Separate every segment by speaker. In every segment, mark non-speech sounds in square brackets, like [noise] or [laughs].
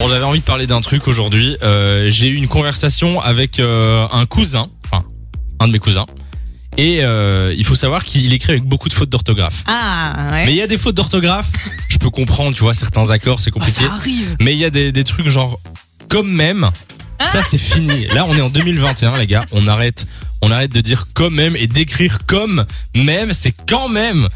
Speaker 1: Bon, j'avais envie de parler d'un truc aujourd'hui. Euh, j'ai eu une conversation avec euh, un cousin, enfin un de mes cousins, et euh, il faut savoir qu'il écrit avec beaucoup de fautes d'orthographe.
Speaker 2: Ah, ouais.
Speaker 1: Mais il y a des fautes d'orthographe, je peux comprendre, tu vois, certains accords, c'est
Speaker 2: Oh,
Speaker 1: compliqué.
Speaker 2: ça arrive.
Speaker 1: Mais il y a des, des trucs genre comme même.
Speaker 2: Ah.
Speaker 1: Ça c'est fini. Là on est en 2021 les gars, on arrête, on arrête de dire quand même et d'écrire comme même. C'est quand même.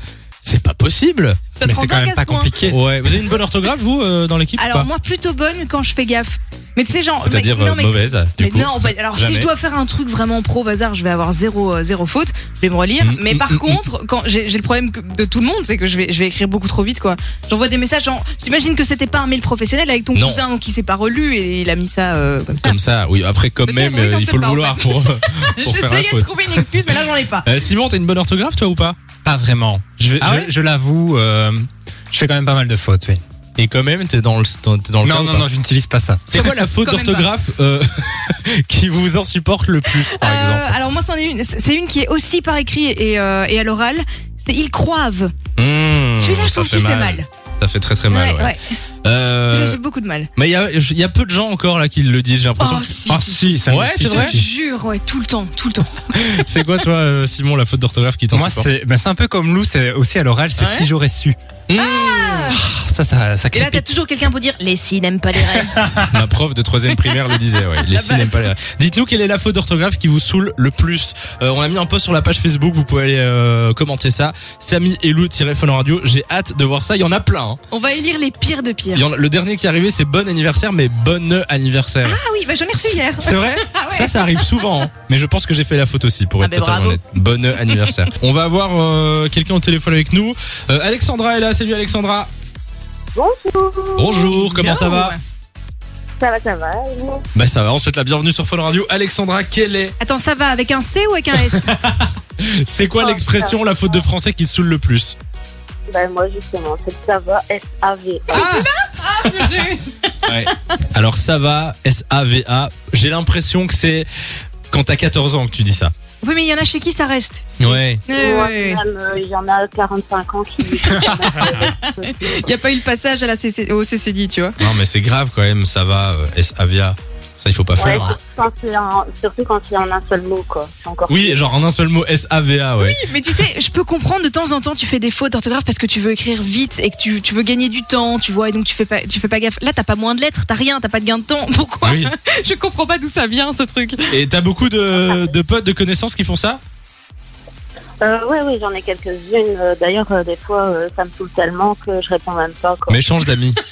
Speaker 1: C'est pas possible.
Speaker 2: Ça te
Speaker 1: Mais
Speaker 2: rend
Speaker 1: c'est quand
Speaker 2: dingue
Speaker 1: même
Speaker 2: à
Speaker 1: pas
Speaker 2: ce point.
Speaker 1: compliqué. Ouais. Vous avez une bonne orthographe vous euh, dans l'équipe ou
Speaker 2: Alors
Speaker 1: pas
Speaker 2: moi plutôt bonne quand je fais gaffe. Mais tu sais genre
Speaker 1: C'est-à-dire
Speaker 2: mais,
Speaker 1: euh,
Speaker 2: non, mais,
Speaker 1: mauvaise. Du
Speaker 2: mais
Speaker 1: coup.
Speaker 2: non, bah, alors si
Speaker 1: Jamais.
Speaker 2: je dois faire un truc vraiment pro bazar, je vais avoir zéro euh, zéro faute, je vais me relire.
Speaker 1: Mm,
Speaker 2: mais
Speaker 1: mm,
Speaker 2: par
Speaker 1: mm,
Speaker 2: contre, quand j'ai j'ai le problème que- de tout le monde, c'est que je vais je vais écrire beaucoup trop vite quoi. J'envoie des messages genre j'imagine que c'était pas un mail professionnel avec ton
Speaker 1: Non.
Speaker 2: cousin qui s'est pas relu et il a mis ça euh, comme ça.
Speaker 1: Comme ça, oui. Après, quand
Speaker 2: Peut-être,
Speaker 1: même,
Speaker 2: oui,
Speaker 1: euh,
Speaker 2: non,
Speaker 1: il faut
Speaker 2: peut-être
Speaker 1: le
Speaker 2: pas,
Speaker 1: vouloir pour, [laughs] pour faire la
Speaker 2: J'essayais de
Speaker 1: faute.
Speaker 2: trouver une excuse mais là j'en ai pas.
Speaker 1: Euh, Simon, t'as une bonne orthographe, toi, ou pas
Speaker 3: Pas vraiment. Je,
Speaker 1: Ah
Speaker 3: je,
Speaker 1: ouais
Speaker 3: je l'avoue, euh, je fais quand même pas mal de fautes, oui.
Speaker 1: Et quand même, t'es dans le, dans- t'es dans le
Speaker 3: Non,
Speaker 1: cas, ou
Speaker 3: non,
Speaker 1: pas
Speaker 3: non, je n'utilise pas ça.
Speaker 1: C'est quoi la faute
Speaker 2: Quand même
Speaker 1: d'orthographe euh, [laughs] qui vous en supporte le plus, [laughs]
Speaker 3: Ah,
Speaker 1: par
Speaker 2: Euh,
Speaker 1: exemple
Speaker 2: alors moi c'en est une, c'est une qui est aussi par écrit et, euh, et à l'oral, c'est ils croivent.
Speaker 1: Mmh,
Speaker 2: Hmm, Celui-là je
Speaker 1: ça
Speaker 2: trouve
Speaker 1: fait
Speaker 2: qu'il fait mal.
Speaker 1: Ça fait très très mal. Ouais.
Speaker 2: ouais.
Speaker 1: Euh,
Speaker 2: Celui-là, J'ai beaucoup de mal.
Speaker 1: mais il y a, il y a peu de gens encore là qui le disent. J'ai l'impression.
Speaker 2: Oh,
Speaker 1: que-
Speaker 2: si,
Speaker 1: Ah,
Speaker 2: si,
Speaker 1: si, ça- Ouais,
Speaker 3: si,
Speaker 1: c'est
Speaker 3: si,
Speaker 1: vrai.
Speaker 2: Je jure, ouais, tout le temps, tout le temps.
Speaker 1: C'est quoi toi, euh, Simon, la faute d'orthographe qui t'en
Speaker 3: Moi,
Speaker 1: supporte Ah
Speaker 3: c'est ben, c'est un peu comme Lou, c'est aussi à l'oral, c'est
Speaker 1: Ouais.
Speaker 3: si j'aurais su.
Speaker 1: Mmh.
Speaker 3: Ah, Ça, ça, ça
Speaker 2: Et là, t'as
Speaker 3: crépite.
Speaker 2: toujours quelqu'un pour dire les si n'aiment pas les règles.
Speaker 1: Ma prof de troisième primaire le disait, ouais. Les
Speaker 2: La
Speaker 1: filles n'aiment pas les... Dites-nous quelle est la faute d'orthographe qui vous saoule le plus. Euh, on a mis un post sur la page Facebook, vous pouvez aller euh, commenter ça. Samy et Lou Phone Radio, j'ai hâte de voir ça. Il y en a plein. hein.
Speaker 2: [laughs] On va élire les pires de pires.
Speaker 1: Il y en a- Le dernier qui est arrivé, c'est bon anniversaire, mais bonne anniversaire.
Speaker 2: Ah oui, bah j'en ai reçu hier.
Speaker 1: C'est vrai
Speaker 2: [laughs] Ah ouais.
Speaker 1: Ça, ça arrive souvent. hein. Mais je pense que j'ai fait la faute aussi, pour
Speaker 2: Ah
Speaker 1: être
Speaker 2: ben
Speaker 1: totalement
Speaker 2: bravo.
Speaker 1: honnête.
Speaker 2: [laughs]
Speaker 1: Bonne anniversaire. on va avoir euh, quelqu'un au téléphone avec nous. Euh, Alexandra est là. Salut Alexandra. Bonjour. Bonjour, comment ça va
Speaker 4: Ça va, ça va.
Speaker 1: Bah ça va, on souhaite la bienvenue sur Phone Radio. Alexandra, quelle est
Speaker 2: Attends, ça va avec un C ou avec un [laughs] S
Speaker 1: C'est
Speaker 4: Ah,
Speaker 1: quoi l'expression, la faute de français qui te saoule le plus
Speaker 4: Ben moi justement, c'est ça va S-A-V.
Speaker 1: Ouais. Alors ça va, S-A-V-A. J'ai l'impression que c'est quand t'as 14 ans que tu dis ça.
Speaker 2: Oui, mais il y en a chez qui ça reste.
Speaker 1: Ouais.
Speaker 4: Moi, même, euh, il y en a 45 ans qui
Speaker 2: Il n'y a pas eu le passage à la CC... au CCD, tu vois.
Speaker 1: Non mais c'est grave quand même, ça va, euh, S-A-V-A. Ça il faut pas
Speaker 4: ouais,
Speaker 1: faire. hein.
Speaker 4: surtout quand c'est en- Surtout quand il y en a un seul mot, quoi. C'est encore
Speaker 1: Oui, genre en un seul mot, S-A-V-A, ouais.
Speaker 2: Mais tu sais, je peux comprendre de temps en temps, tu fais des fautes d'orthographe parce que tu veux écrire vite et que tu, tu veux gagner du temps, tu vois, et donc tu fais pas, tu fais pas gaffe. Là, t'as pas moins de lettres, t'as rien, t'as pas de gain de temps. [laughs] Pourquoi
Speaker 1: Oui.
Speaker 2: Je comprends pas d'où ça vient, ce truc.
Speaker 1: Et t'as beaucoup de, de potes, de connaissances qui font ça
Speaker 4: Euh, ouais, oui, j'en ai quelques-unes. Euh, D'ailleurs, euh, des fois, euh, ça me saoule tellement que je réponds même pas, quoi.
Speaker 1: Mais change d'amis. [laughs]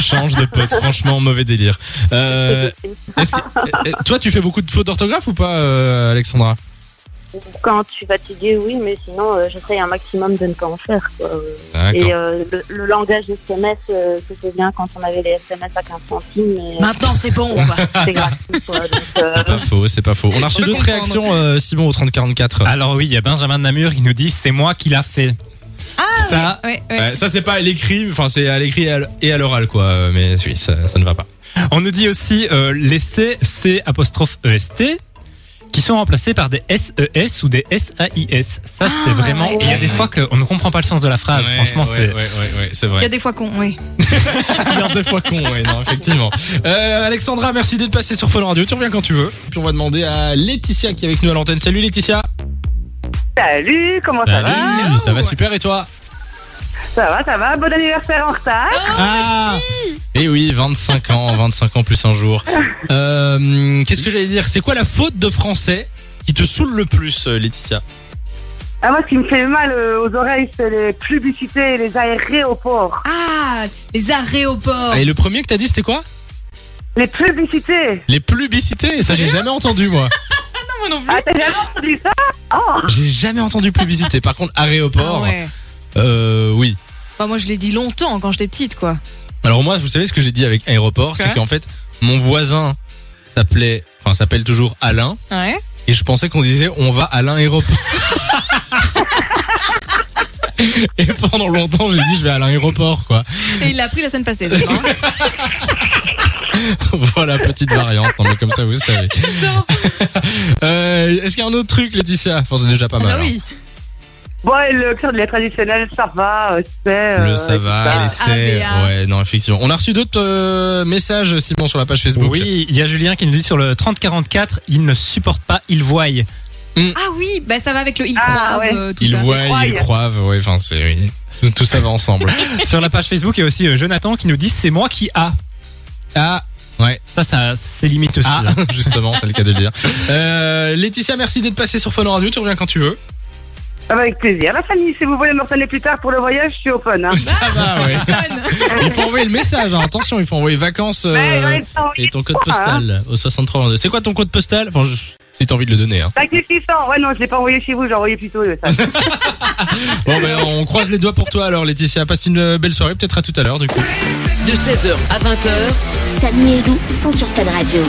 Speaker 1: change de potes, franchement, mauvais délire. Euh,
Speaker 4: [laughs]
Speaker 1: est-ce que- eh, toi, tu fais beaucoup de fautes d'orthographe ou pas, euh, Alexandra
Speaker 4: Quand je suis fatiguée, oui, mais sinon, euh, j'essaye un maximum de ne pas en faire, quoi. Euh,
Speaker 1: D'accord.
Speaker 4: Et euh, le, le langage SMS, euh, c'était bien quand on avait les SMS à 15 centimes, mais euh,
Speaker 2: Maintenant, c'est bon, on va.
Speaker 4: c'est gratuit, quoi. Donc, euh,
Speaker 1: C'est pas faux, c'est pas faux. On a reçu
Speaker 2: peut
Speaker 1: d'autres
Speaker 2: comprendre.
Speaker 1: réactions, euh, Simon, au 3044.
Speaker 3: Alors oui, il y a Benjamin de Namur qui nous dit c'est moi qui l'a fait.
Speaker 1: Ah,
Speaker 3: ça,
Speaker 2: Ouais, ouais.
Speaker 1: Ouais, Euh, ça c'est pas à l'écrit, enfin c'est à l'écrit et à l- et à l'oral quoi, euh, mais oui, ça, ça ne va pas.
Speaker 3: on nous dit aussi euh, les C, C apostrophe EST qui sont remplacés par des SES ou des SAIS. Ça, c'est vraiment. Et il y a des
Speaker 1: Ah, ouais.
Speaker 3: fois qu'on ne comprend pas le sens de la phrase. Franchement, c'est.
Speaker 1: ouais, ouais, ouais, Ah, c'est
Speaker 2: Il y a
Speaker 1: vrai.
Speaker 2: des fois qu'on, oui.
Speaker 1: Il y a des fois con, ouais, non, effectivement. Euh, Alexandra, merci d'être passée sur Fun Radio, tu reviens quand tu veux. Puis on va demander à Laetitia qui est avec nous à l'antenne. Salut Laetitia.
Speaker 5: [laughs] Salut, comment ça va
Speaker 1: Salut, ça va super et toi
Speaker 5: Ça va, ça va, bon anniversaire en retard.
Speaker 1: Ah Et oui, 25 ans, 25 ans plus un jour. Euh, qu'est-ce que j'allais dire C'est quoi la faute de français qui te saoule le plus, euh, Laetitia
Speaker 5: Ah, moi, ce qui me fait mal euh, aux oreilles, c'est les publicités et les aéroports.
Speaker 2: Ah, les aéroports.
Speaker 5: Ah,
Speaker 1: Et le premier que t'as dit c'était quoi
Speaker 5: Les publicités
Speaker 1: Les publicités, ça j'ai jamais entendu moi.
Speaker 5: Ah, t'as jamais entendu ça Oh
Speaker 1: J'ai jamais entendu publicité. Par contre, aéroport,
Speaker 2: Ah ouais.
Speaker 1: euh, oui.
Speaker 2: Enfin, moi, je l'ai dit longtemps quand j'étais petite, quoi.
Speaker 1: Alors moi, vous savez ce que j'ai dit avec aéroport, c'est
Speaker 2: Quoi
Speaker 1: qu'en fait, mon voisin s'appelait, enfin s'appelle toujours Alain,
Speaker 2: Ouais.
Speaker 1: et je pensais qu'on disait on va à l'aéroport. [laughs] Et pendant longtemps, j'ai dit je vais à l'aéroport, quoi. [laughs]
Speaker 2: Et il l'a appris la semaine passée. c'est hein. marrant.
Speaker 1: voilà, petite variante. Non, mais comme ça, vous savez.
Speaker 2: Attends.
Speaker 5: bah
Speaker 1: Euh, Est-ce qu'il y a un autre truc, Laetitia Enfin, c'est déjà pas
Speaker 2: Ah
Speaker 1: mal.
Speaker 2: bah oui.
Speaker 5: Bon, et le cœur de la traditionnelle, ça va, euh, c'est. euh,
Speaker 1: Le ça va,
Speaker 2: bah,
Speaker 5: etc.
Speaker 1: l'essai.
Speaker 2: SAVA.
Speaker 1: Ouais, non, effectivement. On a reçu d'autres euh, messages, Simon, sur la page Facebook.
Speaker 3: Oui, il y a Julien qui nous dit sur le 3044, il ne supporte pas, il voit.
Speaker 2: Ah oui, bah ça va avec le il
Speaker 5: Ah,
Speaker 2: croit,
Speaker 5: ouais.
Speaker 2: euh, tout
Speaker 1: Ils
Speaker 2: ça.
Speaker 1: voient, ils
Speaker 5: Croyez.
Speaker 1: croient, ouais, enfin, c'est, oui. Tout- Tout ça va ensemble.
Speaker 3: sur la page Facebook, il y a aussi euh, Jonathan qui nous dit c'est moi qui a.
Speaker 1: Ah, [laughs] ouais.
Speaker 3: Ça, ça c'est limite aussi. hein.
Speaker 1: Ah,
Speaker 3: là.
Speaker 1: justement, c'est le cas de le dire. Euh, Laetitia, merci d'être passée sur Fun Radio. Tu reviens quand tu veux.
Speaker 5: Ah bah, Avec plaisir. La famille, si vous voulez me retenir plus tard pour le voyage, je suis open. Hein.
Speaker 1: [laughs] Ça va, ouais. [laughs] Il faut envoyer le message. hein. Attention, il faut envoyer vacances euh,
Speaker 5: Ouais, ouais, ça, oui.
Speaker 1: et ton code
Speaker 5: hein.
Speaker 1: postal au 6322. C'est quoi ton code postal Enfin, je- si t'as envie de le donner. Hein.
Speaker 5: Taxi 600. Ouais, non, je l'ai pas envoyé chez vous, j'ai envoyé plutôt. euh, Ça.
Speaker 1: Bon, ben, on croise les doigts pour toi alors, Laetitia. Passe une belle soirée. Peut-être à tout à l'heure, du coup.
Speaker 6: De 16h à 20h,
Speaker 7: Samy et Lou sont sur Fan Radio.